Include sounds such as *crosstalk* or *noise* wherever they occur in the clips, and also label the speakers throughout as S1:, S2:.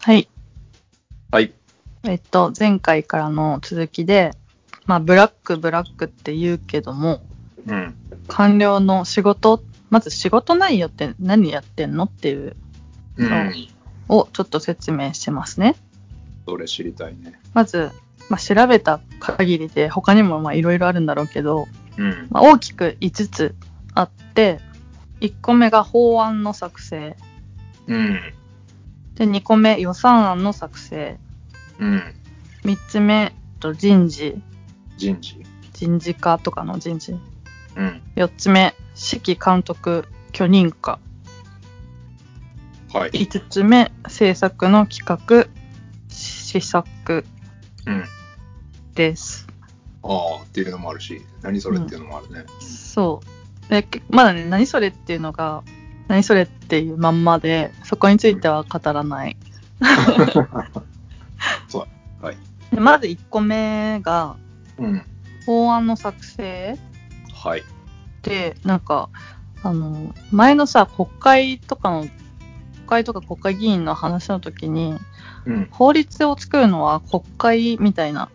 S1: はい。
S2: はい。
S1: えっと、前回からの続きで、まあ、ブラック、ブラックって言うけども、
S2: うん。
S1: 官僚の仕事、まず仕事内容って何やってんのっていう
S2: う
S1: うん
S2: ん。
S1: をちょっと説明しますね。
S2: それ知りたいね。
S1: まず、まあ、調べた限りで、他にもまあいろいろあるんだろうけど、
S2: うん。
S1: まあ、大きく5つあって、1個目が法案の作成、
S2: うん。
S1: で2個目予算案の作成、
S2: うん。
S1: 3つ目と人事、
S2: 人事。
S1: 人事課とかの人事。
S2: うん。
S1: 4つ目、指揮監督許認可。
S2: はい。
S1: 5つ目、制作の企画、試作
S2: うん。あ
S1: です。
S2: あっていうのもあるし、何それっていうのもあるね。
S1: そう。でけまだね、何それっていうのが、何それっていうまんまで、そこについては語らない。
S2: *laughs* そうだはい
S1: でまず1個目が、
S2: うん。
S1: 法案の作成
S2: はい。
S1: で、なんか、あの、前のさ、国会とかの、国会とか国会議員の話の時に、
S2: うん。
S1: 法律を作るのは国会みたいな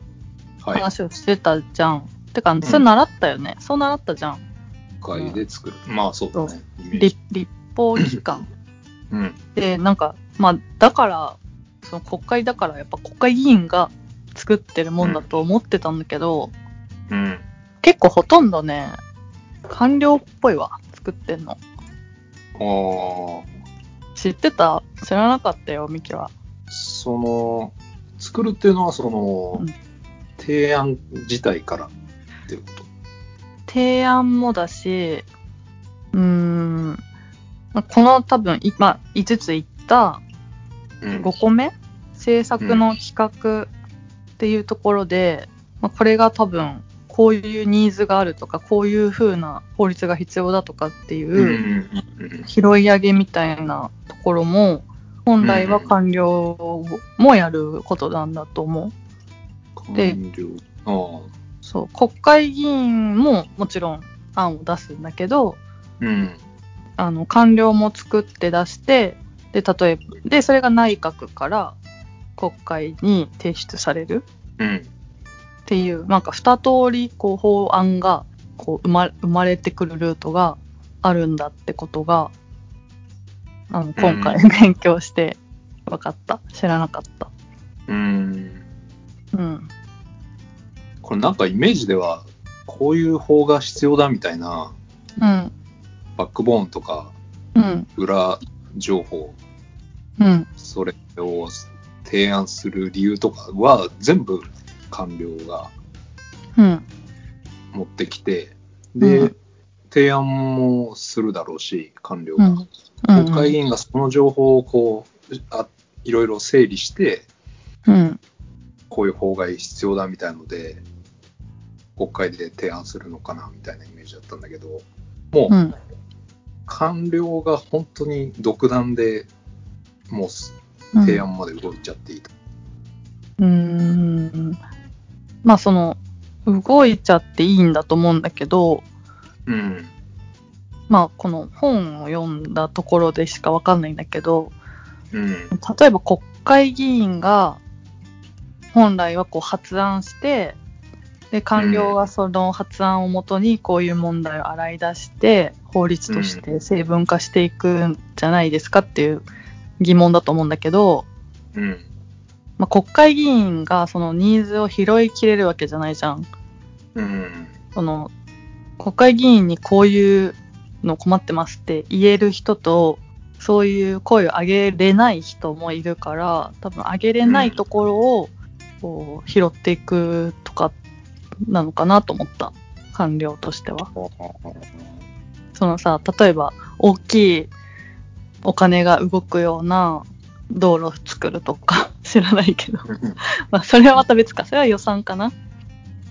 S2: はい。
S1: 話をしてたじゃん。てか、それ
S2: うん
S1: 習ったよね。そう習ったじゃん。
S2: 国会で作る。まあそうだね。イメー
S1: 立
S2: ジ。
S1: 立法機
S2: *laughs*
S1: 関。
S2: うん。
S1: で、なんか、まあ、だから、その国会だから、やっぱ国会議員が作ってるもんだと思ってたんだけど、
S2: うん。
S1: 結構ほとんどね、官僚っぽいわ、作ってんの。
S2: あ
S1: 知ってた知らなかったよ、ミキは。
S2: あ、その、作るっていうのは、その
S1: うん、
S2: 提案自体からっていうこと。
S1: 提案もだし、うーん、まあこの多分、いまあ、5つ言った
S2: うん。
S1: 5個目制作の企画っていうところで、まあ、これが多分こういうニーズがあるとかこういう風な法律が必要だとかって
S2: うんう
S1: いうん
S2: うん
S1: 拾い上げみたいなところも本来は官僚もやることなんだと思う。
S2: うん。
S1: で
S2: 官僚。ああ。
S1: そう国会議員ももちろん案を出すんだけど
S2: うん。
S1: あの官僚も作って出してで例えばでそれが内閣から国会に提出される
S2: うん。
S1: っていう、なんか二通り、こう、法案が、こう、生ま、生まれてくるルートがあるんだってことが、あの、今回勉強して分かった。知らなかった。
S2: うん。
S1: うん。
S2: これなんかイメージではこういう法が必要だみたいな
S1: うん。
S2: バックボーンとか
S1: うん。
S2: 裏情報
S1: うん。
S2: それを提案する理由とかは全部官僚が
S1: うん。
S2: 持ってきてで、
S1: うん
S2: 提案もするだろうし官僚
S1: う
S2: が、
S1: ん。
S2: 国会議員がその情報をこうあいろいろ整理して
S1: うん。
S2: こういう法が必要だみたいので国会で提案するのかなみたいなイメージだったんだけどもう
S1: うん。
S2: 官僚が本当に独断でもう
S1: うん。
S2: 提案まで動いちゃっていた。
S1: うーん。まあ、その、動いちゃっていいんだと思うんだけど、
S2: うん。
S1: まあ、この本を読んだところでしか分かんないんだけど、
S2: うん。
S1: 例えば国会議員が本来はこう発案してで官僚がその発案をもとにこういう問題を洗い出して法律として成文化していくんじゃないですかっていう疑問だと思うんだけど、
S2: うん。
S1: まあ、国会議員がそのニーズを拾いきれるわけじゃないじゃん。
S2: うん。
S1: その国会議員にこういうの困ってますって言える人とそういう声を上げれない人もいるから多分上げれないところをこう拾っていくとかなのかなと思った官僚としては。そのさ例えば大きいお金が動くような道路作るとか知らないけど、まあ、それはまた別かそれは予算かな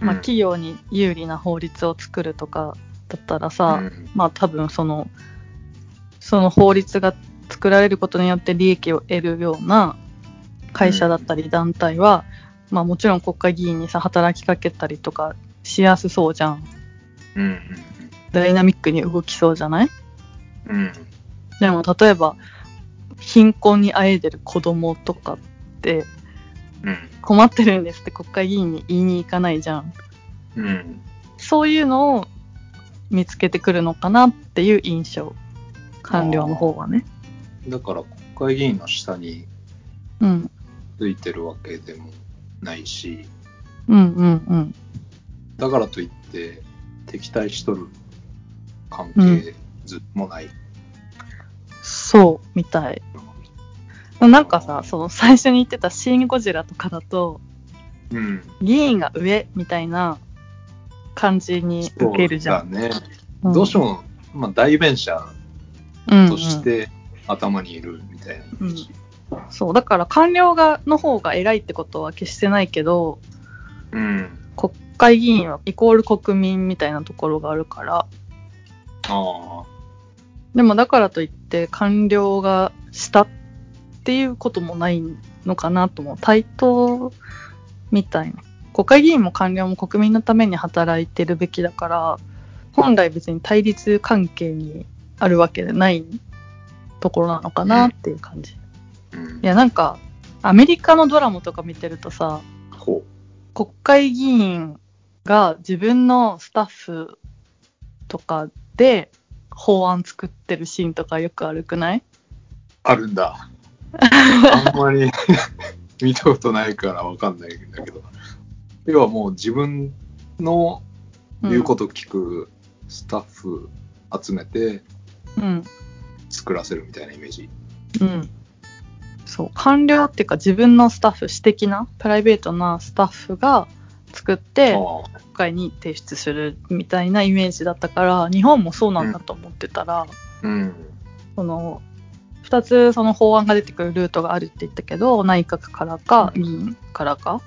S1: まあ、企業に有利な法律を作るとかだったらさ、
S2: うん
S1: まあ多分そのその法律が作られることによって利益を得るような会社だったり団体は、まあもちろん国会議員にさ働きかけたりとかしやすそうじゃん
S2: うん。
S1: ダイナミックに動きそうじゃない
S2: うん。
S1: でも例えば貧困にあえいでる子供とかって
S2: うん。
S1: 困ってるんですって国会議員に言いに行かないじゃん。
S2: うん。
S1: そういうのを見つけてくるのかなっていう印象。官僚の方はね。
S2: だから国会議員の下に
S1: うん。
S2: ついてるわけでもないし、
S1: うんうん
S2: だからといって敵対しとる関係ずっともない。
S1: うん。そう、みたい。なんかさ、その最初に言ってたシン・ゴジラとかだと、
S2: うん。
S1: 議員が上みたいな感じに受けるじゃん。
S2: そうだね。どうしても、まあ、代弁者
S1: うん
S2: として頭にいるみたいなイメージ。
S1: うんうんそう、だから官僚がの方が偉いってことは決してないけど、
S2: うん。
S1: 国会議員はイコール国民みたいなところがあるから、
S2: ああ、
S1: でもだからといって官僚がしたっていうこともないのかなと思う。対等みたいな。国会議員も官僚も国民のために働いてるべきだから、本来別に対立関係にあるわけでないところなのかなっていう感じ。い
S2: うん。
S1: や、なんか、アメリカのドラマとか見てるとさ、
S2: こ、
S1: 国会議員が自分のスタッフとかで法案作ってるシーンとかよくあるくないう
S2: ある
S1: *laughs*
S2: んだ。あんまり *laughs* 見たことないからわかんないんだけど。要はもう自分の言うこと聞くスタッフ集めて
S1: うん。
S2: 作らせるみたいなイメージ。
S1: うん。そう。官僚っていうか自分のスタッフ、私的な、プライベートなスタッフが作って
S2: ああ
S1: 国会に提出するみたいなイメージだったから、日本もそうなんだと思ってたら、
S2: うん。
S1: その、二つその法案が出てくるルートがあるって言ったけど、内閣からか
S2: うん
S1: 議員からか、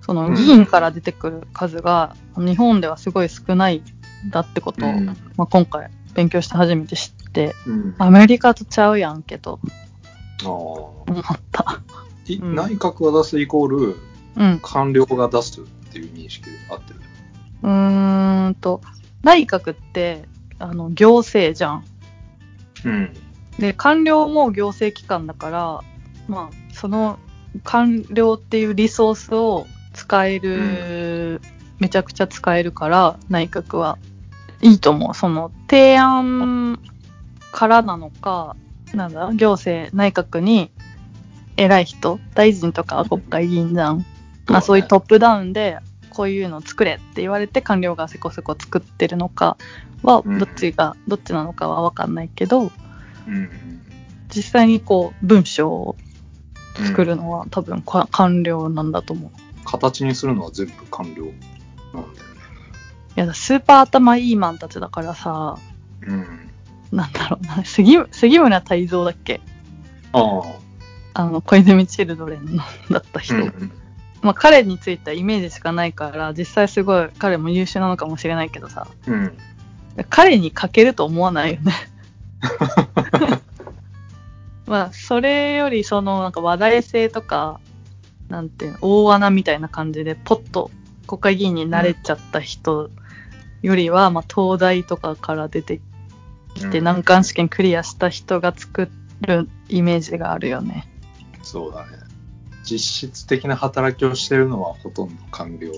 S1: そうの
S2: ん
S1: 議員から出てくる数が日本ではすごい少ないんだってことを、
S2: うん
S1: まあ、今回勉強して初めて知って、
S2: うん。あ
S1: アメリカとちゃうやんけと
S2: あ
S1: 思った。
S2: い
S1: うん
S2: 内閣が出すイコール
S1: うん。
S2: 官僚が出すっていう認識で合ってる。
S1: うーんと、内閣って、あの、行政じゃん。
S2: うん。
S1: で、官僚も行政機関だから、まあ、その官僚っていうリソースを使える、めちゃくちゃ使えるから、内閣は。いいと思う。その、提案からなのか、なんだ、行政、内閣に偉い人、大臣とかは国会議員じゃん。まあ、そういうトップダウンでこういうの作れって言われて官僚がせこせこ作ってるのかは
S2: うん
S1: どっちが、どっちなのかは分かんないけど
S2: うん。
S1: 実際にこう文章を作
S2: うん
S1: るのは多分か官僚なんだと思う。
S2: 形にするのは全部官僚なんだよね。
S1: いやスーパー頭いいマンたちだからさ
S2: うん。
S1: なんだろうな杉杉村太蔵だっけ
S2: ああ。
S1: あの小泉チルドレンのだった人、
S2: うん
S1: まあ、彼についてはイメージしかないから実際すごい彼も優秀なのかもしれないけどさ
S2: うん。
S1: 彼に欠けると思わない
S2: *laughs*
S1: よね。まあ、それより、その、なんか話題性とか、なんていうの、大穴みたいな感じで、ポッと国会議員になれちゃった人よりは、まあ、東大とかから出てきて、
S2: うん
S1: 難関試験クリアした人が作るイメージがあるよね。
S2: そうだね。実質的な働きをしてるのはほとんど官僚。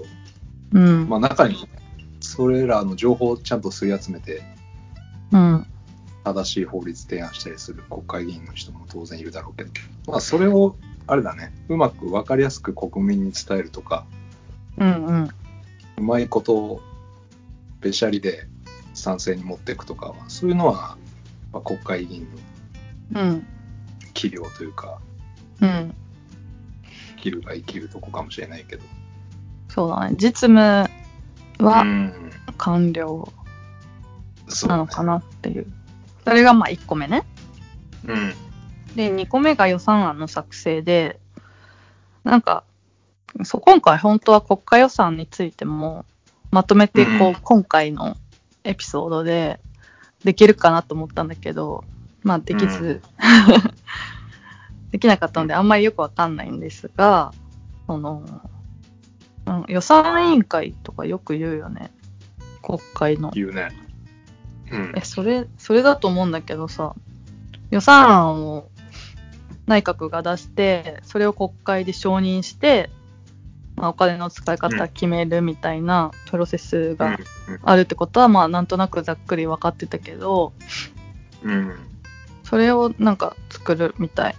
S1: うん。
S2: まあ中にね、それらの情報をちゃんと吸い集めて、
S1: うん。
S2: 正しい法律提案したりする国会議員の人も当然いるだろうけど、まあそれを、あれだね、うまくわかりやすく国民に伝えるとか、
S1: うんうん。
S2: うまいことをべしゃりで賛成に持っていくとかは、そういうのは、まあ、国会議員の
S1: うん。
S2: 器量というか、
S1: うん。
S2: 生きるが生きるとこかもしれないけど。
S1: そうだね。実務
S2: う
S1: は
S2: ん、
S1: 官僚
S2: そう
S1: なのかなっていう。それがまあ1個目ね。
S2: うん。
S1: で、2個目が予算案の作成で、なんか、そう今回本当は国家予算についてもまとめてこう、
S2: うん
S1: 今回のエピソードでできるかなと思ったんだけど、まあできず、 *laughs* できなかったのであんまりよくわかんないんですが、その、うん、予算委員会とかよく言うよね。国会の。
S2: 言うね。うん
S1: え、。それ、それだと思うんだけどさ、予算案を内閣が出して、それを国会で承認して、まあ、お金の使い方決めるみたいなプロセスがあるってことは、まあ、なんとなくざっくり分かってたけど、
S2: うん。うん。
S1: それをなんか作るみたい。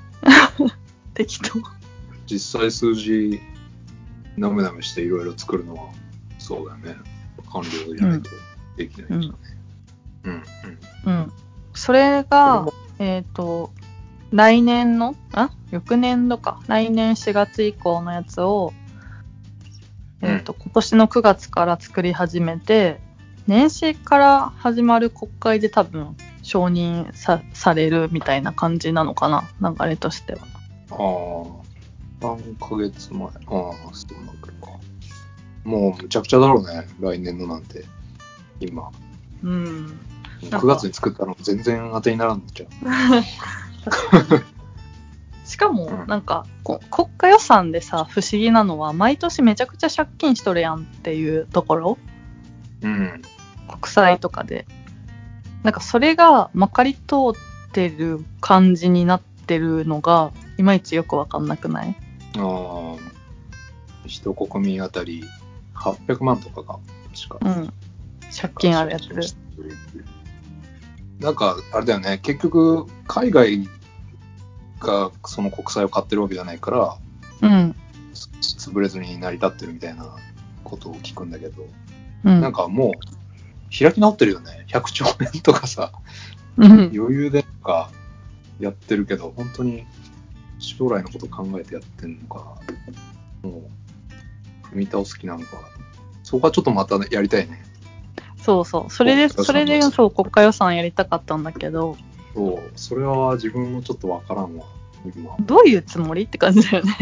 S1: *laughs* 適当。
S2: 実際数字、なめなめしていろいろ作るのは、そうだよね。官僚じゃないとできないからね。うん。うん。
S1: うん。それが、えっ、と、来年の、あ翌年度か。来年4月以降のやつを、えっ、と、今年の9月から作り始めて、年始から始まる国会で多分承認さされるみたいな感じなのかな、流れとしては。
S2: ああ、3ヶ月前。ああ、そうなんだか。もうむちゃくちゃだろうね、来年のなんて。今。
S1: うん。なんか
S2: 9月に作ったの全然当てにならんのじゃん。
S1: しかも
S2: う、ん
S1: なんか、こ国家予算でさ、不思議なのは、毎年めちゃくちゃ借金しとるやんっていうところ。
S2: うん。
S1: 国債とかで。なんかそれがまかり通ってる感じになってるのが、いまいちよくわかんなくない
S2: ああ、一国民あたり800万とかか、確
S1: う
S2: か。
S1: ん。借金あるやつ。
S2: なんか、あれだよね、結局、海外がその国債を買ってるわけじゃないか
S1: う
S2: ら、
S1: ん。
S2: つ潰れずに成り立ってるみたいなことを聞くんだけど、
S1: うん。
S2: なんかもう、開き直ってるよね。100兆円とかさ、
S1: うん。
S2: 余裕でなんかやってるけど、本当に将来のこと考えてやってんのか、もう、踏み倒す気なのか、そこはちょっとまたねやりたいね。
S1: そうそう。それで、
S2: 国家予算
S1: それで、
S2: の
S1: そう、国家予算やりたかったんだけど、
S2: そう、それは自分もちょっとわからんわ、 *laughs* 今。
S1: どういうつもりって感じだよね。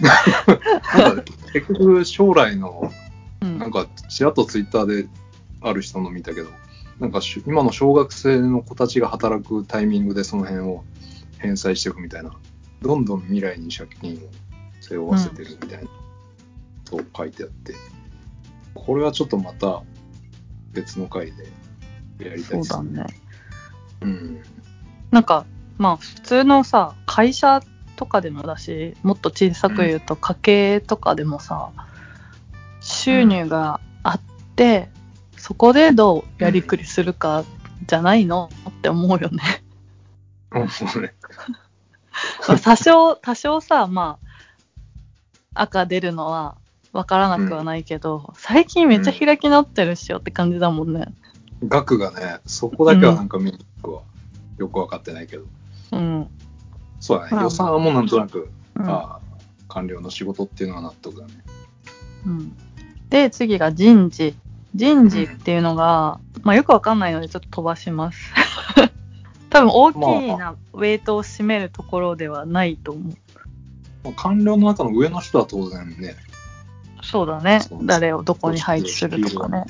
S2: なんか結局、将来の、
S1: う
S2: なん
S1: ん。
S2: か、ちらっとツイッターである人の見たけど、なんかし、今の小学生の子たちが働くタイミングでその辺を返済していくみたいな、どんどん未来に借金を背負わせてるみたいな、と書いてあって、これはちょっとまた別の回でやりた
S1: そ
S2: いうです
S1: だね。
S2: うん。
S1: なんか、まあ普通のさ、会社とかでもだし、もっと小さく言うと家計とかでもさ、収入があって、そこでどうやりくりするかじゃないのって思うよね。
S2: うんそうね
S1: まあ多少、多少さ、まあ、赤出るのはわからなくはないけど、最近めっちゃ開き直ってるっしょって感じだもんね。
S2: 額がね、そこだけはなんか見に行くわ。よくわかってないけど。
S1: うん。うん
S2: そうだ
S1: まあま
S2: ね。
S1: あ
S2: 予算はもうなんとなく、ああ官僚の仕事っていうのは納得だね。
S1: うんで、次が人事。人事っていうのが、まあよくわかんないのでちょっと飛ばします。 *laughs* 多分大き
S2: ま
S1: なウェイトを占めるところではないと思う。
S2: まあ、官僚の中の上の人は当然ね、
S1: そうだね
S2: そう。
S1: 誰をどこに配置するとかね。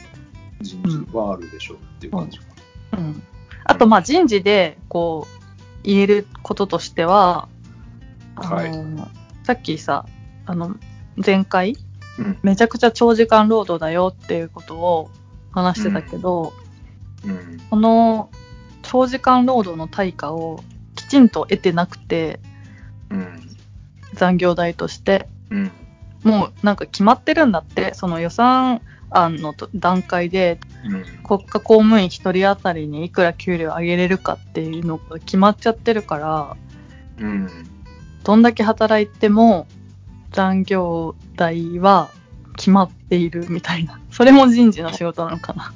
S2: 人事はあるでしょうっていう感じか
S1: うん。あと、まあ人事で、こう、言えることとしては、あのさっきさ、あの、前回、
S2: な。うん。
S1: めちゃくちゃ長時間労働だよっていうことを話してたけど、
S2: うん。
S1: この長時間労働の対価をきちんと得てなくて
S2: うん。
S1: 残業代として
S2: うん。
S1: もうなんか決まってるんだってその予算案のと段階で
S2: うん。
S1: 国家公務員1人当たりにいくら給料上げれるかっていうのが決まっちゃってるから
S2: うん。
S1: どんだけ働いても残業代は決まっているみたいなそれも人事の仕事なのかな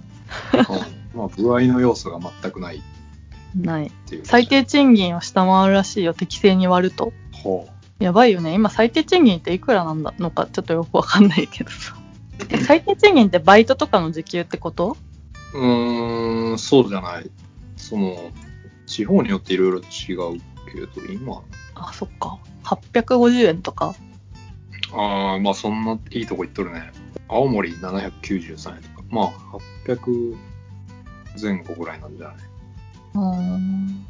S2: まあ、不合の要素が全くないっ
S1: ない
S2: ていう。
S1: 最。低賃金を下回るらしいよ適正に割ると
S2: ほ
S1: やばいよね。今、最低賃金っていくらなんだのか、ちょっとよくわかんないけどさ。え最低賃金ってバイトとかの時給ってこと
S2: う。うーん、そうじゃない。その、地方によっていろいろ違うけど、今、
S1: あ、そっか。850円とか
S2: ああ、まあそんないいとこ行っとるね。青森793円とか、まあ800前後ぐらいなんじゃないう
S1: ーん。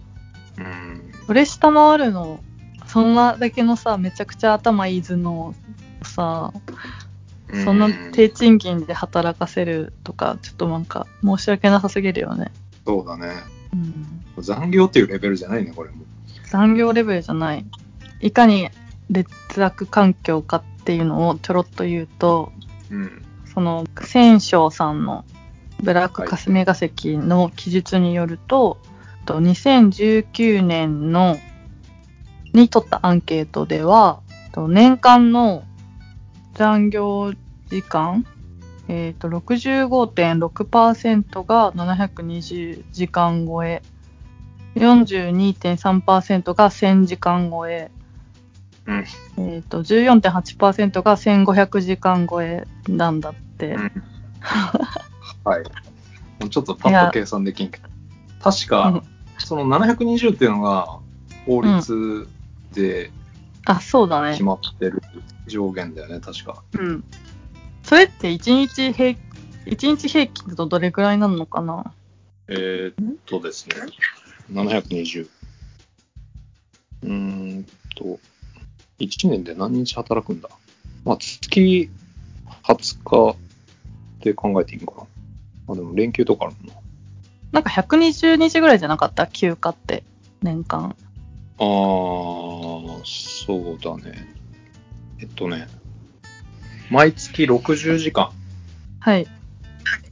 S2: うん。
S1: それ下回るの、そんなだけのさ、めちゃくちゃ頭いい頭のさ、そんな低賃金で働かせるとか、ちょっとなんか申し訳なさすぎるよね。
S2: そうだね。
S1: うん。
S2: 残業っていうレベルじゃないね、これも。
S1: 残業レベルじゃない。いかに劣悪環境かっていうのをちょろっと言うと、
S2: うん。
S1: その千章さんのブラック霞が関の記述によると、と2019年のに取ったアンケートではと年間の残業時間、えー、と65.6%が720時間超え42.3%が1000時間超え
S2: うん。
S1: えー、と14.8%が1500時間超えなんだって、
S2: うんはい。もうちょっとパッと計算できんけど。確か、その720っていうのが法律で
S1: あそうだね
S2: 決まってる上限だよね、確か。
S1: うんそれって1日平1日平均だとどれくらいなのかな
S2: えー、っとですね、720。うーんと、1年で何日働くんだまあ、月20日って考えていいのかなまあ、でも連休とかあるの
S1: なんか120日ぐらいじゃなかった休暇って年間
S2: あー、そうだね。えっとね、毎月60時間
S1: はい、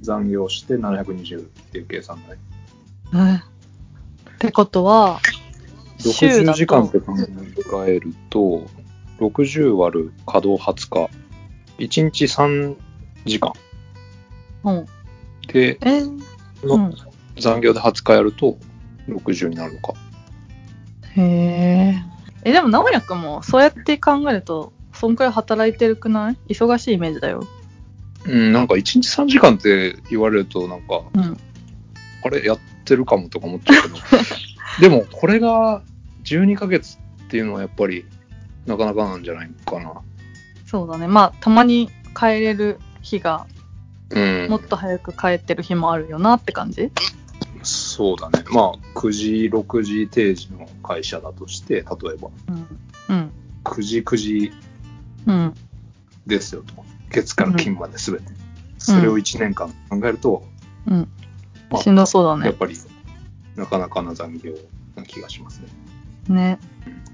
S2: 残業して720っていう計算だね。
S1: うんってことは週
S2: 60
S1: だ
S2: 時間
S1: と
S2: って考えると、60割る稼働20日、1日3時間
S1: うん
S2: で、
S1: えーうん
S2: 残業で20日やると、60になるのか。
S1: へええでも直也くんもそうやって考えるとそんくらい働いてるくない忙しいイメージだよ
S2: うん、なんか1日3時間って言われると、なんか、
S1: うん
S2: あれ、やってるかもとか思っちゃう
S1: *laughs*
S2: けど、でもこれが12ヶ月っていうのはやっぱり、なかなかなんじゃないかな。
S1: そうだね。まあ、たまに帰れる日が、
S2: うん。
S1: もっと早く帰ってる日もあるよなって感じ。
S2: そうだね。まあ、9時、6時定時の会社だとして、例えば、
S1: うん。うん。
S2: 9時、9時
S1: うん。
S2: ですよと。月から金まで全て。それを1年間考えると、
S1: うん。
S2: ま
S1: しんどそうだ
S2: あ、や
S1: ね。
S2: っぱり、なかなかな残業な気がしますね。
S1: ね。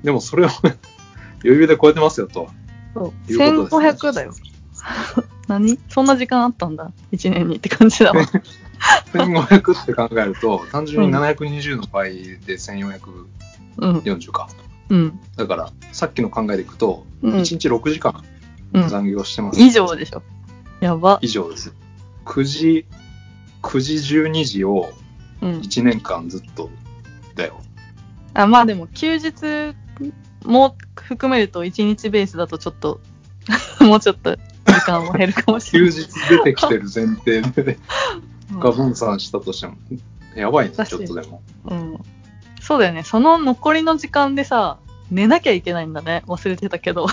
S2: でもそれを *laughs* 余裕で超えてますよと。
S1: そう。
S2: いうことですね
S1: 1500だよ。何そんな時間あったんだ。1年にって感じ
S2: *laughs*
S1: だわ。
S2: 1500って考えると、単純に720の倍で1440
S1: うん。
S2: か。
S1: うん。
S2: だから、さっきの考えでいくと、
S1: うん
S2: 1日6時間
S1: うん。
S2: 残業してます。
S1: 以上でしょ。やば。
S2: 以上です。9時、9時12時を
S1: うん。
S2: 1年間ずっとだよ。
S1: あ、まあでも、休日も含めると1日ベースだとちょっと、 *laughs* もうちょっと時間は減るかもしれ
S2: 休
S1: ない。
S2: 日出てきてる前提で、
S1: うん
S2: が分散したとしても、やばいね、
S1: 確か
S2: ちょっ
S1: に
S2: とでも。
S1: うん。そうだよね。その残りの時間でさ、寝なきゃいけないんだね。忘れてたけど。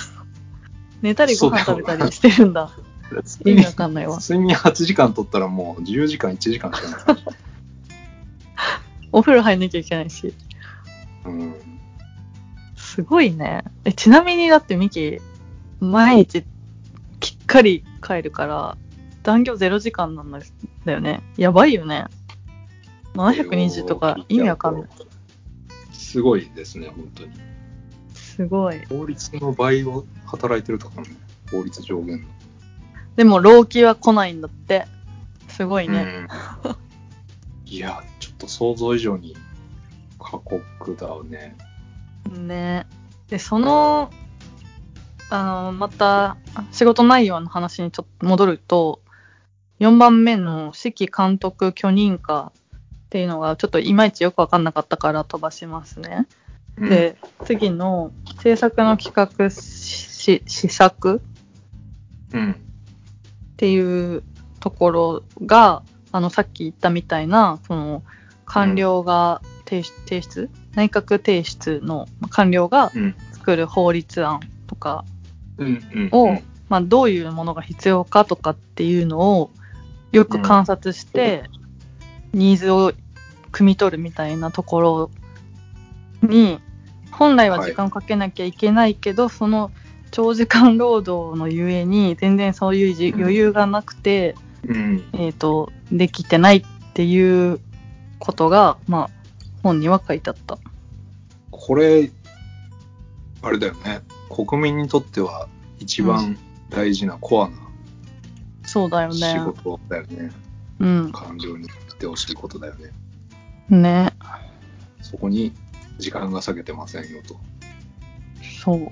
S1: *laughs* 寝たりご飯食べたりしてるんだ。意
S2: 睡
S1: 味
S2: 眠
S1: わかんないわ。
S2: *laughs* 睡眠8時間取ったらもう10時間、1時間しか
S1: *laughs*
S2: ない。
S1: お風呂入んなきゃいけないし。
S2: うん、
S1: すごいね。え、ちなみにだってミキ、毎日きっかり帰るから、残業0時間なんだよね。やばいよね。720とか意味わかんない。。
S2: すごいですね、本当に。
S1: すごい。
S2: 法律の倍を働いてるとかね、法律上限の。
S1: でも、老期は来ないんだって。すごいね。
S2: うん *laughs* いや、ちょっと想像以上に過酷だね。
S1: ねでそのあのまた仕事内容の話にちょっと戻ると4番目の指揮監督許認可っていうのがちょっといまいちよく分かんなかったから飛ばしますね。
S2: うん、
S1: で次の制作の企画し試作
S2: うん。
S1: っていうところがあのさっき言ったみたいなその官僚が提出提出内閣提出の官僚が
S2: うん。
S1: 作る法律案とか、
S2: うん。うん。
S1: をまあ、どういうものが必要かとかっていうのをよく観察して、ニーズを汲み取るみたいなところに本来は時間をかけなきゃいけないけど、その長時間労働のゆえに全然そういうじ
S2: うん
S1: 余裕がなくて、
S2: うん。
S1: えー、とできてないっていうことが、まあ、本には書いてあった。
S2: これ、あれだよね、国民にとっては一番大事なコアな
S1: そうだよ
S2: 仕
S1: ね。
S2: 事だよね。
S1: うん。
S2: 感情に振ってほしいことだよね。
S1: ね。
S2: そこに時間が割けてませんよと。
S1: そう。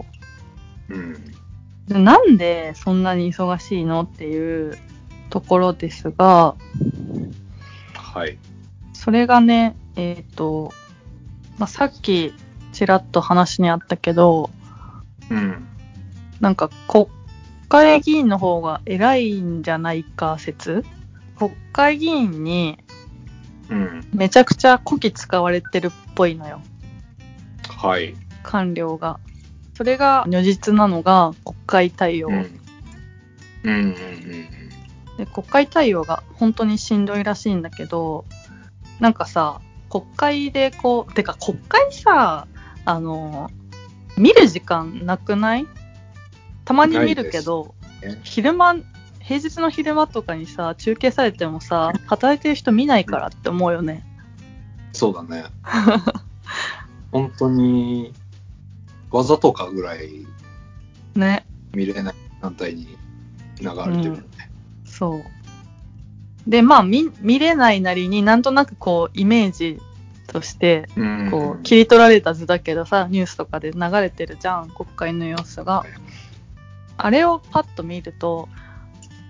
S2: うん。
S1: でなんでそんなに忙しいのっていうところですが、
S2: はい。
S1: それがね、えっ、と、まあ、さっきちらっと話にあったけど、
S2: うん。
S1: なんか国会議員の方が偉いんじゃないか説国会議員に
S2: うん。
S1: めちゃくちゃ古希使われてるっぽいのよ、
S2: はい。
S1: 官僚が。それが如実なのが国会対応。
S2: うん。うんうん
S1: で国会対応が本当にしんどいらしいんだけどなんかさ国会でこうてか国会さあの見る時間なくないたまに見るけど、
S2: ないですね
S1: 昼間平日の昼間とかにさ中継されてもさ働いてる人見ないからって思うよね
S2: そうだ *laughs* ね。本当に、わざとかぐらい
S1: ね
S2: 見れない団体に流れてるよね。
S1: そうでまあ見見れないなりになんとなくこうイメージとして
S2: うん
S1: こう切り取られた図だけどさニュースとかで流れてるじゃん国会の様子が
S2: はい
S1: あれをパッと見ると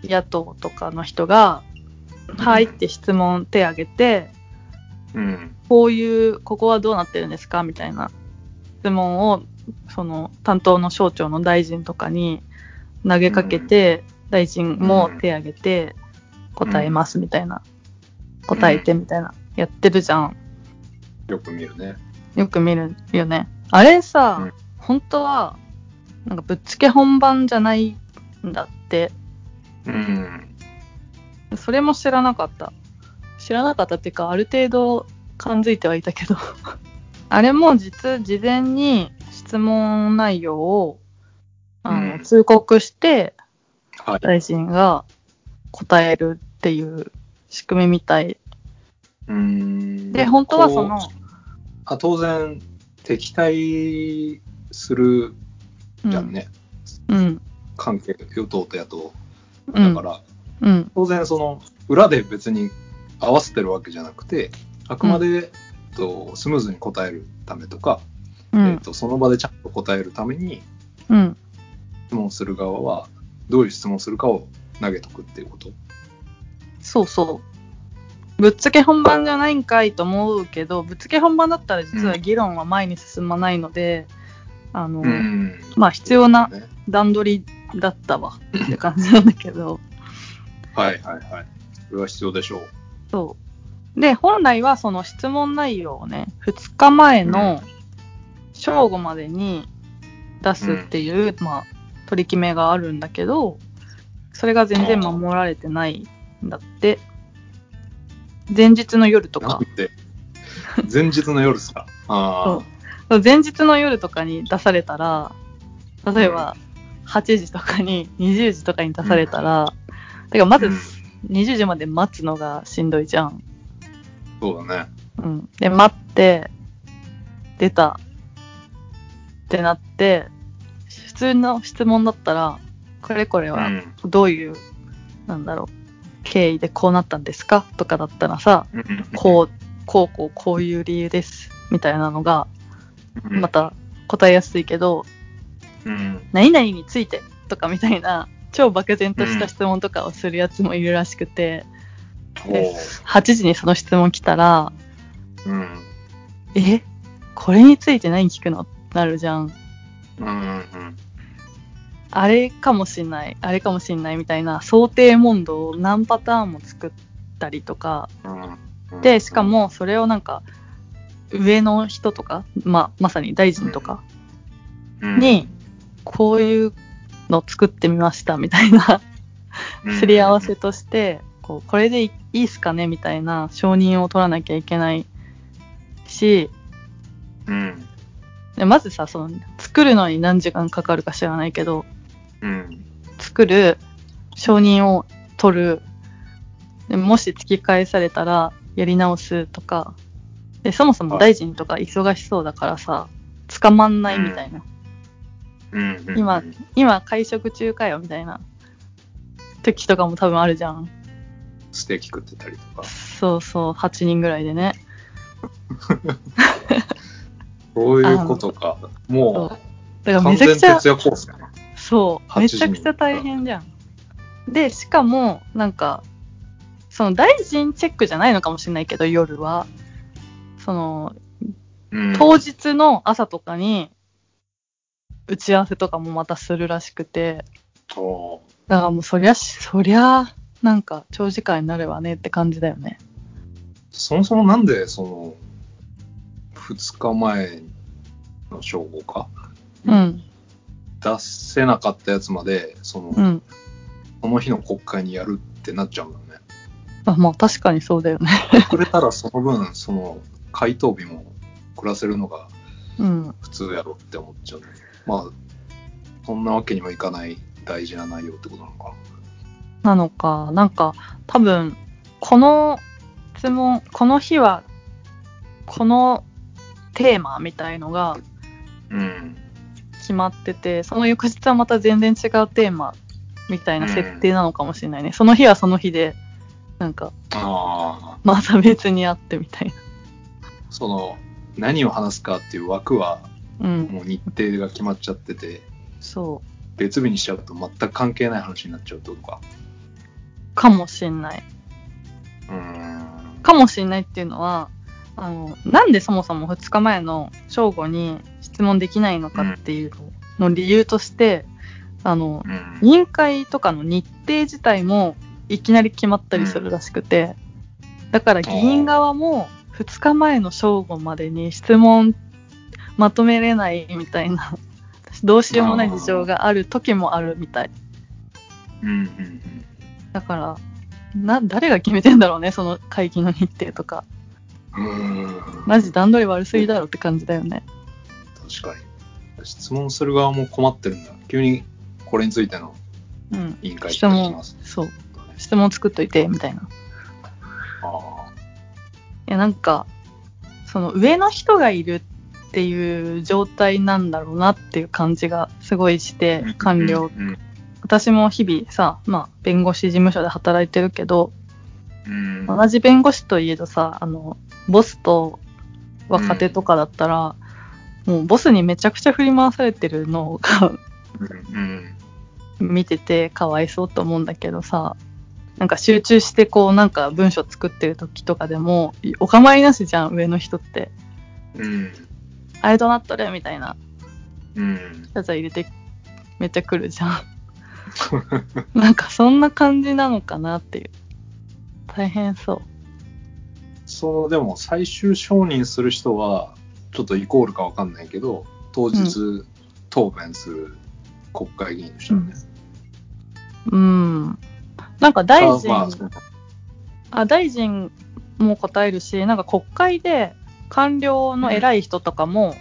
S1: 野党とかの人が「はい」って質問手挙げて
S2: うん。
S1: こういうここはどうなってるんですかみたいな質問をその担当の省庁の大臣とかに投げかけて、大臣も手挙げて答えますみたいな、答えてみたいなやってるじゃん。
S2: よく見るね。
S1: よく見るよね。あれさ、
S2: うん
S1: 本当は、なんかぶっつけ本番じゃないんだって。
S2: うん。
S1: それも知らなかった。知らなかったっていうか、ある程度感づいてはいたけど。 *laughs* あれも実、事前に質問内容をあの、
S2: うん
S1: 通告して、
S2: はい。
S1: 大臣が答えるっていう仕組みみたい。
S2: うん。
S1: で、本当はその
S2: こ、うあ当然、敵対する
S1: うん、
S2: じゃんね。
S1: うん、
S2: 関係、与党と野党。
S1: う
S2: だ
S1: ん
S2: か、ら、
S1: うん、
S2: 当然その裏で別に合わせてるわけじゃなくてあくまで、えっとスムーズに答えるためとか、
S1: う
S2: えっ
S1: ん、
S2: とその場でちゃんと答えるために
S1: うん、
S2: 質問する側はどういう質問するかを投げとくっていうこと。
S1: そうそう。ぶっつけ本番じゃないんかいと思うけど、ぶっつけ本番だったら実は議論は前に進まないので、あの、
S2: ん
S1: まあ必要な
S2: そうですね
S1: 段取りだったわって感じなんだけど、
S2: はいはいはい。それは必要でしょう。
S1: そう。で、本来はその質問内容をね、2日前の正午までに出すっていう、まあ、取り決めがあるんだけど、それが全然守られてないんだって。前日の夜と
S2: な
S1: か
S2: ん。で前日の夜っ
S1: *laughs*
S2: すか。あ
S1: 前日の夜とかに出されたら、例えば8時とかに、20時とかに出されたら、てかま
S2: あ。
S1: ず
S2: うん
S1: 20時まで待つのがしんどいじゃん。
S2: そうだね。
S1: うん。で、待って、出たってなって、普通の質問だったら、これこれ
S2: う
S1: は
S2: ん
S1: どういう、なんだろう、経緯でこうなったんですかとかだったらさ、
S2: うん
S1: こう、こうこうこういう理由です、みたいなのが、
S2: うん
S1: また答えやすいけど、
S2: うん
S1: 何々についてとかみたいな、超漠然とした質問とかをするやつもいるらしくて、で
S2: おー
S1: 8時にその質問来たら、
S2: うん
S1: えこれについて何聞くのってなるじゃん。
S2: うんうん
S1: あれかもしんない、あれかもしんないみたいな想定問答を何パターンも作ったりとか、
S2: うんうん
S1: で、しかもそれをなんか、上の人とか、まあ、まさに大臣とかに、こういうの作ってみましたみたいなすり合わせとして、こうこれでいいっすかねみたいな承認を取らなきゃいけないし、
S2: うん
S1: でまずさ、その作るのに何時間かかるか知らないけど、
S2: うん
S1: 作る、承認を取る、でもし突き返されたらやり直すとか、でそもそも大臣とか忙しそうだからさ、捕まんないみたいな
S2: うんうんうん
S1: 今今会食中かよみたいな時とかも多分あるじゃん
S2: ステーキ食ってたりとか。
S1: そうそう8人ぐらいでね
S2: そういうことか。も
S1: そうだ
S2: う、
S1: からめ
S2: 完
S1: ちゃく
S2: 全
S1: ちゃ
S2: 徹夜コースだな。
S1: そうめ
S2: 8時
S1: ちゃくちゃ大変じゃんでしかもなんかその大臣チェックじゃないのかもしれないけど夜はその
S2: うん
S1: 当日の朝とかに打ち合わせとかもまたするらしくて
S2: おー
S1: だからもうそりゃしそりゃなんか長時間になるわねって感じだよね
S2: そもそもなんで、その、2日前の正午か、
S1: うん
S2: 出せなかったやつまで、その、
S1: うん
S2: その日の国会にやるってなっちゃうんだよね。
S1: あまあ確かにそうだよね
S2: 遅れたらその分、 *laughs* その、回答日も暮らせるのが
S1: うん
S2: 普通やろって思っちゃう。まあ、そんなわけにもいかない大事な内容ってことなのか
S1: なのかなんか多分この質問この日はこのテーマみたいのが
S2: な。うん。
S1: 決まっててその翌日はまた全然違うテーマみたいな設定なのかもしれないね、その日はその日でなんか
S2: ああ、
S1: また別にあってみたい
S2: その、何を話すかっていう枠は、
S1: なうん
S2: もう日程が決まっちゃってて、
S1: そう
S2: 別日にしちゃうと全く関係ない話になっちゃうってことか。
S1: かもしんないう
S2: ーん。
S1: かもしれないっていうのはあのなんでそもそも2日前の正午に質問できないのかっていうのの理由としてあの
S2: うん。
S1: 委員会とかの日程自体もいきなり決まったりするらしくてだから議員側も2日前の正午までに質問まとめれないみたいなどうしようもない事情がある時もあるみたい
S2: うん。うん。
S1: だからな誰が決めてんだろうねその会議の日程とか
S2: うん。
S1: マジ段取り悪すぎだろって感じだよね。
S2: 確かに。質問する側も困ってるんだ。急にこれについての
S1: うん。
S2: 委員会
S1: 質
S2: 開き
S1: 問
S2: ま、す。
S1: そう。質問作っといて、みたいな。い
S2: あ
S1: や、なんか、その上の人がいるっていう状態なんだろうなっていう感じがすごいして
S2: あ。、
S1: 官僚。
S2: うん。
S1: 私も日々さ、まあ、弁護士事務所で働いてるけど、
S2: うん。
S1: 同じ弁護士といえどさ、あの、ボスと若手とかだったら、もうボスにめちゃくちゃ振り回されてるのが
S2: うん。
S1: *laughs* 見ててかわいそうと思うんだけどさなんか集中してこうなんか文章作ってる時とかでもいお構いなしじゃん上の人って
S2: うん。
S1: あれどうなっとるみたいな
S2: うん。
S1: やつ入れてめっちゃ来るじゃん
S2: *laughs*
S1: なんかそんな感じなのかなっていう大変そ
S2: そのでも最終承認する人はちょっとイコールかわかんないけど当日答弁する国会議員の人だね。
S1: ううんなんか大臣
S2: あまあその
S1: あ大臣も答えるし、なんか国会で官僚の偉い人とかも、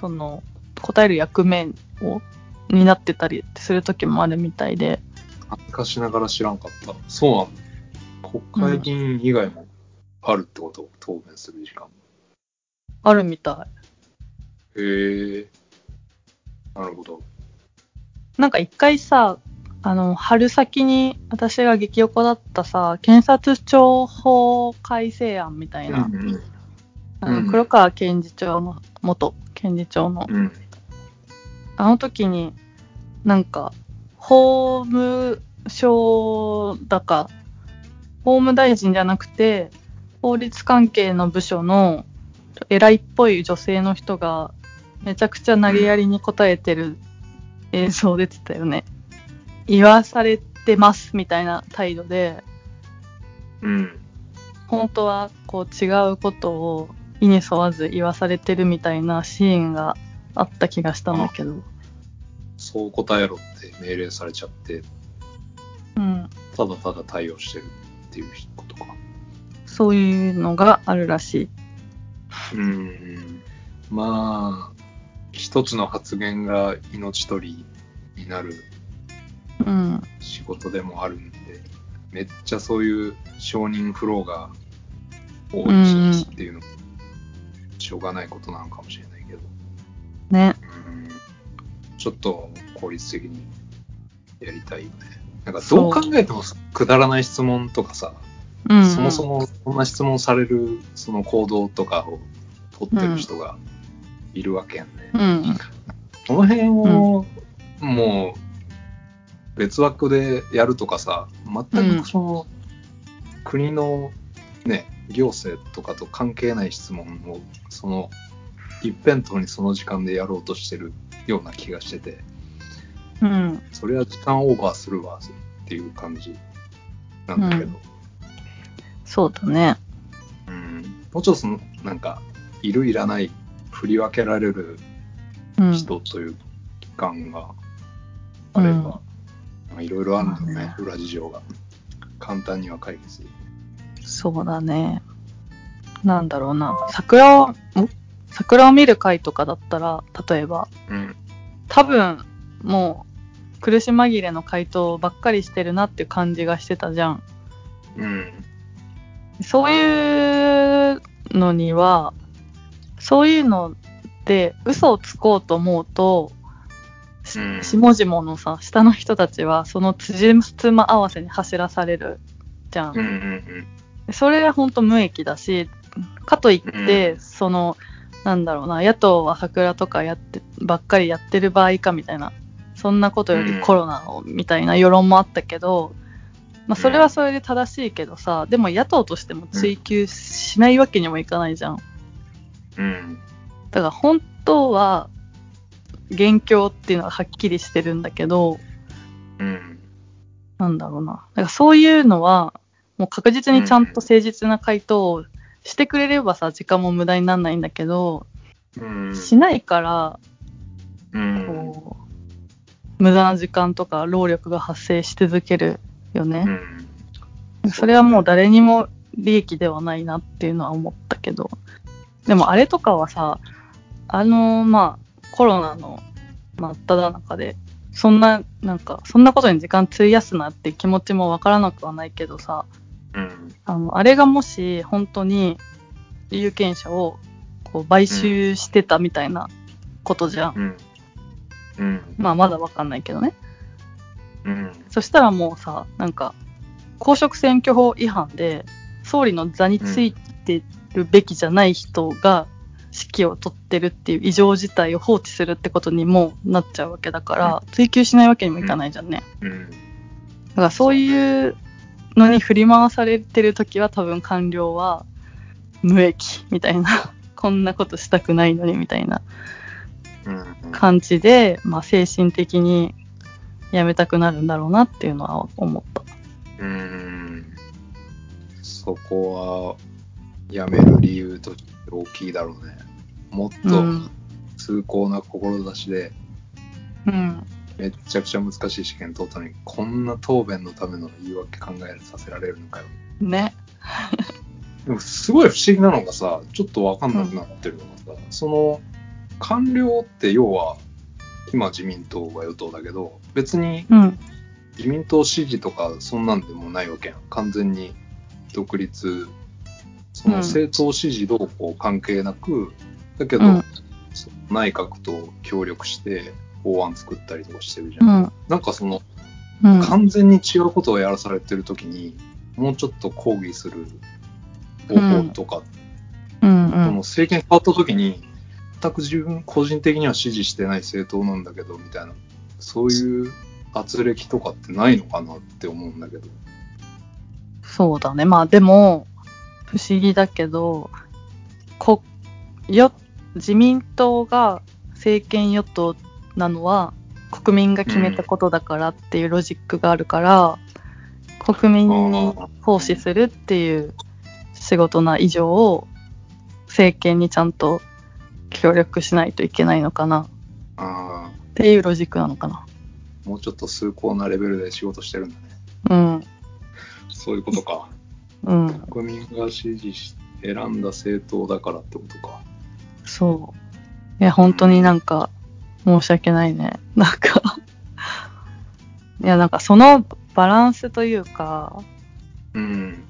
S1: その答える役目を担ってたりする時もあるみたいで、
S2: 恥ずかしながら知らんかった。そうなんだ国会議員以外もあるってこと、答弁する時間。
S1: あるみた
S2: へえ。なるほど。
S1: い。なんか一回さ、あの春先に私が激横だったさ、検察庁法改正案みたいな、
S2: うん
S1: あの
S2: うん
S1: 黒川検事長の元検事長の
S2: うん。
S1: あの時に、なんか、法務省だか、法務大臣じゃなくて、法律関係の部署の偉いっぽい女性の人が、めちゃくちゃ投げやりに答えてる映像出てたよね。言わされてますみたいな態度で、
S2: うん。
S1: 本当はこう違うことを意に沿わず言わされてるみたいなシーンがあった気がしたんだけど。
S2: そう答えろって命令されちゃって、
S1: うん。
S2: ただただ対応してるっていうことか。
S1: そういうのがあるらしい。
S2: うんまあ、一つの発言が命取りになる
S1: うん。
S2: 仕事でもあるんで、めっちゃそういう承認フローが多いしっていうのも、しょうがないことなのかもしれないけど、
S1: ね。
S2: うん、ちょっと効率的にやりたいよね。なんかどう考えてもくだらない質問とかさ、
S1: うんうん、
S2: そもそもそんな質問されるその行動とかを取ってる人がいるわけやんね。
S1: うん
S2: その辺を、もう別枠でやるとかさ、全くその国のね、行政とかと関係ない質問を、その一辺倒にその時間でやろうとしてるような気がしてて、
S1: うん
S2: それは時間オーバーするわっていう感じなんだけど、
S1: そうだね
S2: うんもうちょっとそのなんか、いるいらない振り分けられる
S1: うん
S2: 人という期間があれば、まあいろいろあるんだよね、
S1: まあね
S2: 裏事情が。簡単には解決できない。
S1: そうだねなんだろうな桜をん桜を見る会とかだったら例えば
S2: うん、
S1: 多分もう苦し紛れの回答ばっかりしてるなっていう感じがしてたじゃん
S2: うん、
S1: そういうのにはそういうので嘘をつこうと思うとし
S2: うん
S1: 下々のさ下の人たちはその辻褄合わせに走らされるじゃん
S2: うん、うん、うん
S1: それは本当無益だし、かといって、
S2: う
S1: その、なんだろうな、野党は桜とかやって、ばっかりやってる場合かみたいな、そんなことよりコロナをみたいな世論もあったけど、まあそれはそれで正しいけどさ、でも野党としても追及しないわけにもいかないじゃん。
S2: うん、
S1: だから本当は、元凶っていうのははっきりしてるんだけど、
S2: うん、
S1: なんだろうな。だからそういうのは、もう確実にちゃんと誠実な回答をしてくれればさ、時間も無駄にならないんだけど、
S2: うん、
S1: しないから、
S2: うん、
S1: こう、無駄な時間とか労力が発生し続けるよ
S2: う
S1: ね。
S2: ん、
S1: それはもう誰にも利益ではないなっていうのは思ったけど。でもあれとかはさ、あの、まあ、コロナの真っ只中で、そんな、なんか、そんなことに時間費やすなって気持ちもわからなくはないけどさ、
S2: うん、
S1: あの、あれがもし本当に有権者をこう買収してたみたいなことじゃん。
S2: うん、うん、
S1: まあまだわかんないけどね。
S2: うん、
S1: そしたらもうさ、なんか、公職選挙法違反で、総理の座についてるべきじゃない人が指揮を取ってるっていう異常事態を放置するってことにもなっちゃうわけだから、追及しないわけにもいかないじゃんね。
S2: うん、
S1: だからそういうのに振り回されてる時は多分官僚は無益みたいな *laughs* こんなことしたくないのにみたいな
S2: うん、
S1: 感じで、まあ、精神的にやめたくなるんだろうなっていうのは思った。
S2: うーんそこはやめる理由として大きいだろうね。もっ
S1: う
S2: と
S1: ん
S2: 崇高な志で、
S1: うん、
S2: めっちゃくちゃ難しい試験通ったのに、こんな答弁のための言い訳考えさせられるのかよ。
S1: ね。
S2: でもすごい不思議なのがさ、ちょっとわかんなくなってるのがさ、その官僚って要は、今自民党が与党だけど、別に
S1: うん、
S2: 自民党支持とかそんなんでもないわけやん完全に独立その
S1: うん
S2: 政党支持どうこう関係なく、だけど、
S1: うん
S2: その内閣と協力して法案作ったりとかしてるじ
S1: う
S2: ゃ、
S1: んん、
S2: なんかその
S1: うん、
S2: 完全に違うことをやらされてる時にもうちょっと抗議する方法とか、
S1: うん、
S2: その政権変わった時に全く自分個人的には支持してない政党なんだけどみたいなそういう圧力とかってないのかなって思うんだけど。
S1: そうだね。まあでも、不思議だけど、こ、よ、自民党が政権与党なのは、国民が決めたことだからっていうロジックがあるから、国民に奉仕するっていう仕事な以上を、政権にちゃんと協力しないといけないのかな
S2: あ
S1: っていうロジックなのかな。
S2: あ、もうちょっと崇高なレベルで仕事してるんだね。
S1: うん、
S2: そういうことか。
S1: うん、
S2: 国民が支持し選んだ政党だからってことか。
S1: そう。いや、本当になんか、申し訳ないね。 *laughs* なんか、いや、なんかそのバランスというか、
S2: うん。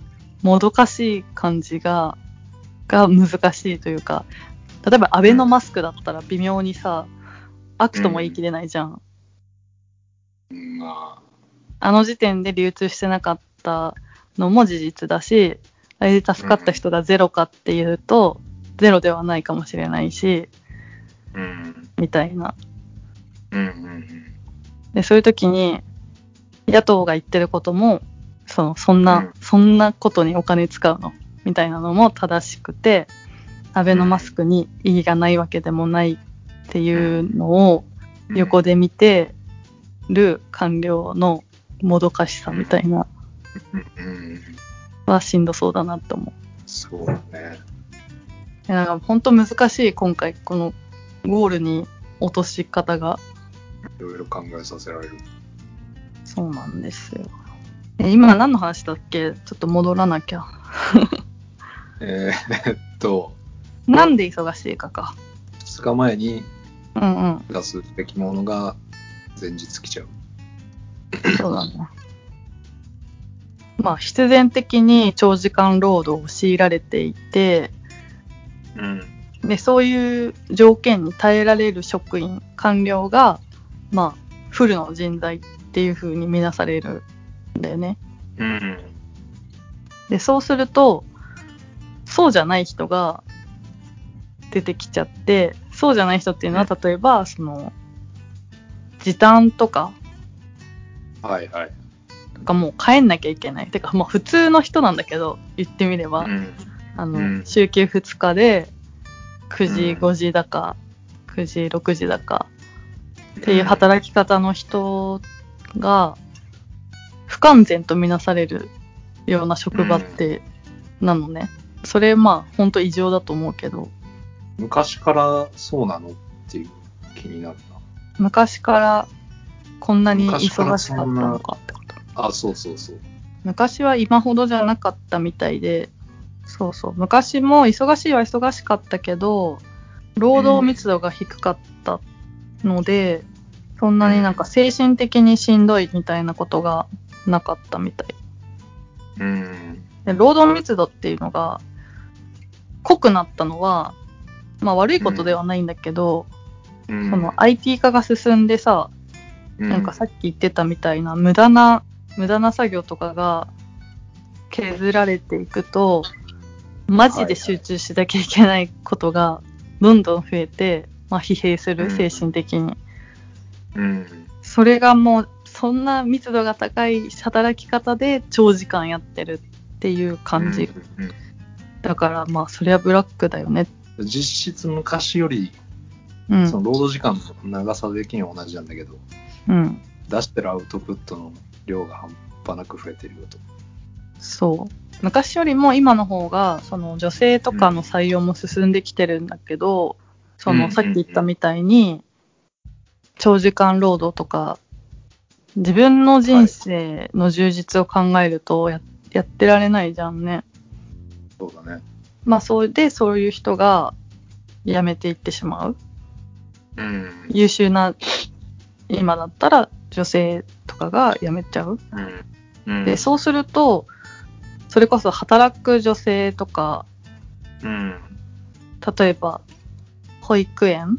S1: もどかしい感じが、が難しいというか、例えば安倍のマスクだったら微妙にさ、悪とも言い切れないじゃん。
S2: うんまあ、
S1: あの時点で流通してなかったのも事実だし、あれで助かった人がゼロかっていうと、ゼロではないかもしれないし、
S2: うん、
S1: みたいな。
S2: うん、うん、
S1: で、そういう時に、野党が言ってることも、そのそんな、
S2: うん
S1: そんなことにお金使うのみたいなのも正しくて、アベノマスクに意義がないわけでもないっていうのを
S2: うん。
S1: 横で見てる官僚のもどかしさみたいな
S2: うん、うん、
S1: はしんどそうだなって思う。
S2: そうだね。
S1: いや、本当難しい、今回、このゴールに落とし方が。
S2: いろいろ考えさせられる。
S1: そうなんですよ。え今何の話だっけちょっと戻らなきゃ。
S2: えーえっと、
S1: なんで忙しいかか。
S2: 2日前に
S1: うんうん。
S2: 出すべきものが前日来ちゃう。
S1: そうだね。まあ、必然的に長時間労働を強いられていて、
S2: うん、
S1: で、そういう条件に耐えられる職員、官僚が、まあ、フルの人材っていう風に見なされるんだよね。
S2: うん、
S1: でそうするとそうじゃない人が出てきちゃってそうじゃない人っていうのは例えばその時短とか
S2: はい、はい。
S1: とかもう帰んなきゃいけないてかまあ普通の人なんだけど言ってみれば、
S2: うん、
S1: あの
S2: うん
S1: 週休2日で9時
S2: うん
S1: 5時だか9時6時だかっていう働き方の人が不完全とみなされるような職場ってなのね。それまあ本当異常だと思うけど
S2: 昔からそうなのっていう気になるな。
S1: 昔からこんなに忙しかった
S2: 昔からそん
S1: の
S2: な
S1: かってこと
S2: あ、そうそうそう。
S1: 昔は今ほどじゃなかったみたいでそうそう昔も忙しいは忙しかったけど労働密度が低かったので、そんなになんか精神的にしんどいみたいなことがなかったみたい
S2: うん、
S1: で労働密度っていうのが濃くなったのは、まあ、悪いことではないんだけど、
S2: うん
S1: その IT 化が進んでさ、なんかさっき言ってたみたいな無駄な無駄な作業とかが削られていくとマジで集中しなきゃいけないことがどんどん増えて、まあ、疲弊す
S2: う
S1: る
S2: ん
S1: 精神的に、
S2: うん、
S1: それがもうそんな密度が高い働き方で長時間やってるっていう感じ
S2: うんうん
S1: だからまあそりゃブラックだよね。
S2: うん実質昔より、
S1: うん。
S2: その労働時間の長さ的には同じなんだけど、
S1: うん。
S2: 出してるアウトプットの量が半端なく増えてるよと。
S1: そう。昔よりも今の方が、その女性とかの採用も進んできてるんだけど、そ
S2: うん
S1: のさっき言ったみたいに、長時間労働とか、自分の人生の充実を考えるとや,、やってられないじゃんね。
S2: そうだね。
S1: まあ、それでそういう人が辞めていってしまう。
S2: うん
S1: 優秀な、今だったら女性とかが辞めちゃう。
S2: うん
S1: でそうするとそれこそ働く女性とか
S2: うん。
S1: 例えば保育園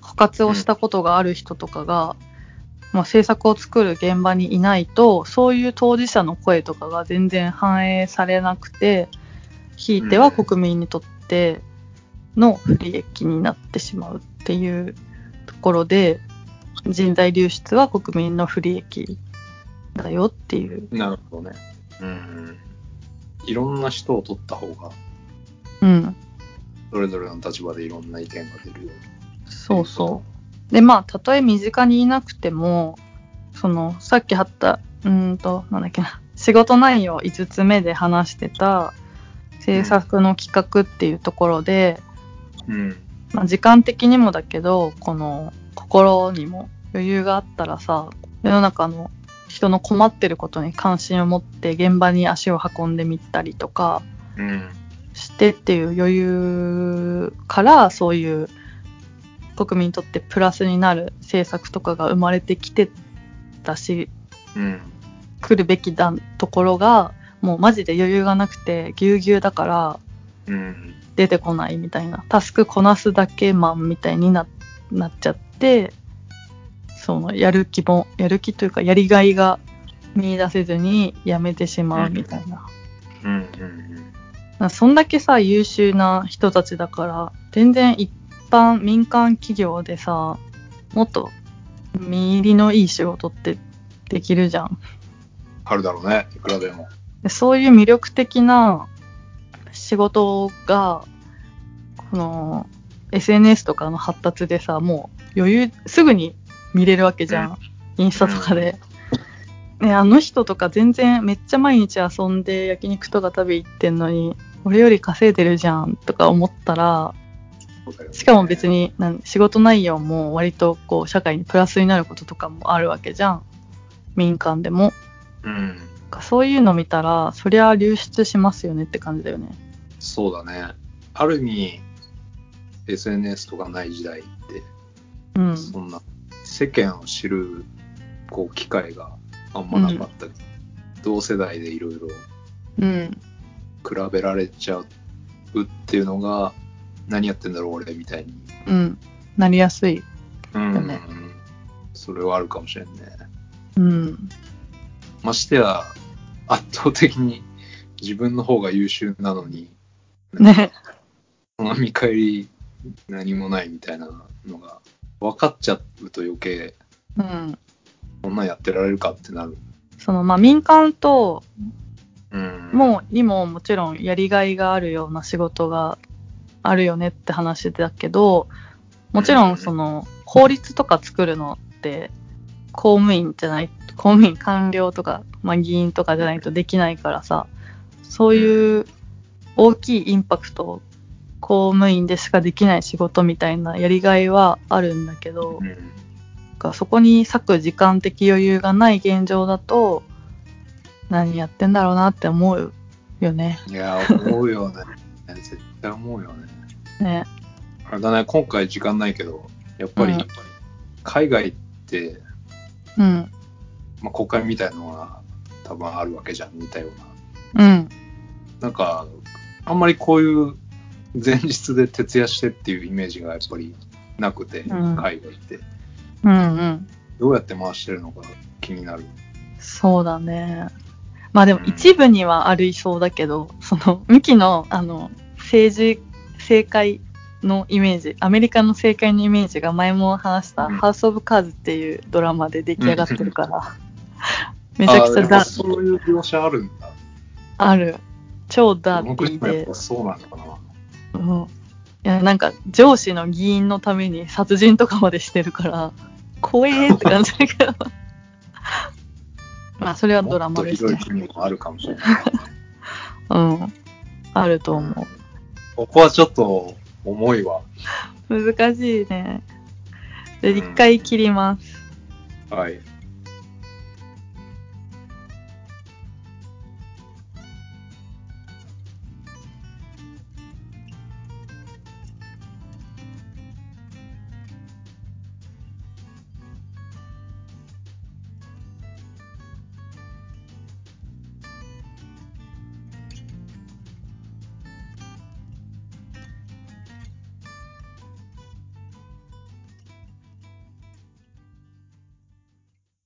S1: 補活をしたことがある人とかが、まあ、政策を作る現場にいないとそういう当事者の声とかが全然反映されなくてひいては
S2: うん
S1: 国民にとっての不利益になってしまうっていうところで人材流出は国民の不利益だよっていう。
S2: なるほどね。うん。いろんな人を取った方が、
S1: うん
S2: それぞれの立場でいろんな意見が出るよ。
S1: そうそう。で、まあ、たとえ身近にいなくても、その、さっき貼った、うーんと、なんだっけな、仕事内容5つ目で話してた、制作の企画っていうところで、
S2: うん。
S1: まあ、時間的にもだけど、この、心にも余裕があったらさ、世の中の人の困ってることに関心を持って現場に足を運んでみたりとか、
S2: うん。
S1: してっていう余裕からそういう国民にとってプラスになる政策とかが生まれてきてたし
S2: うん。
S1: 来るべきだところがもうマジで余裕がなくてぎゅうぎゅうだから
S2: うん。
S1: 出てこないみたいなタスクこなすだけマンみたいにななっちゃってそのやる気も、やる気というか、やりがいが見出せずに辞めてしまうみたいな。
S2: うんうん
S1: まあそんだけさ、優秀な人たちだから、全然一般民間企業でさ、もっと身入りのいい仕事ってできるじゃん。
S2: あるだろうね、いくらでも。
S1: でそういう魅力的な仕事が、この SNS とかの発達でさ、もう余裕、すぐに見れるわけじゃん。インスタとかで。ね、あの人とか全然めっちゃ毎日遊んで焼肉とか食べ行ってんのに、俺より稼いでるじゃんとか思ったら、
S2: そうだよね
S1: しかも別。になん仕事内容も割とこう社会にプラスになることとかもあるわけじゃん。民間でも。
S2: うん。
S1: かそういうの見たらそりゃ流出しますよねって感じだよね
S2: そうだね。ある意味、SNS とかない時代って、
S1: うん
S2: そんな世間を知るこう機会があんまなかったけど、同世代でいろいろ
S1: うん
S2: 比べられちゃうっていうのが、何やってんだろう俺みたいに。
S1: うんなりやすい
S2: うん、
S1: ね
S2: それはあるかもしれんね。
S1: うん
S2: ましてや、圧倒的に自分の方が優秀なのに、
S1: ね
S2: その見返り何もないみたいなのが分かっちゃうと余計、
S1: うん
S2: こんなんやってられるかってなる。
S1: そのまあ民間と
S2: うん、
S1: もうにももちろんやりがいがあるような仕事があるよねって話だけどもちろんその法律とか作るのって公務員じゃない公務員官僚とか、まあ、議員とかじゃないとできないからさそういう大きいインパクトを公務員でしかできない仕事みたいなやりがいはあるんだけど、
S2: うん、
S1: かそこに割く時間的余裕がない現状だと何やってんだろうなって思うよね。
S2: いや、思うよね。 *laughs* 絶対思うよね。
S1: ね
S2: あれだね、今回時間ないけど、やっぱり
S1: うん
S2: 海外って、
S1: うん
S2: まあ、国会みたいのが多分あるわけじゃん、似たような。
S1: うん
S2: なんか、あんまりこういう前日で徹夜してっていうイメージがやっぱりなくて、
S1: うん
S2: 海外って。
S1: うんうん
S2: どうやって回してるのか気になる。
S1: そうだね。まあでも
S2: うん
S1: 一部にはありそうだけど、そのミキのあの政治政界のイメージアメリカの政界のイメージが前も話した「
S2: うん
S1: ハウス・オブ・カーズ」っていうドラマで出来上がってる
S2: *laughs*
S1: から、め
S2: め
S1: ちゃくちゃだ
S2: そういう描写あるんだ。
S1: ある超ダ
S2: 僕
S1: ーテ
S2: も
S1: ィー
S2: やっ
S1: で
S2: ぱそうなのかな。
S1: うん、いやなんか上司の議員のために殺人とかまでしてる
S2: *laughs*
S1: から怖えって感じだけどまあそれはドラマです
S2: も
S1: ね
S2: っとひどい国もあるかもしれない。
S1: うんあると思
S2: ここはちょっと重いわ。
S1: う難しいねで
S2: うん
S1: 一回切ります
S2: はい。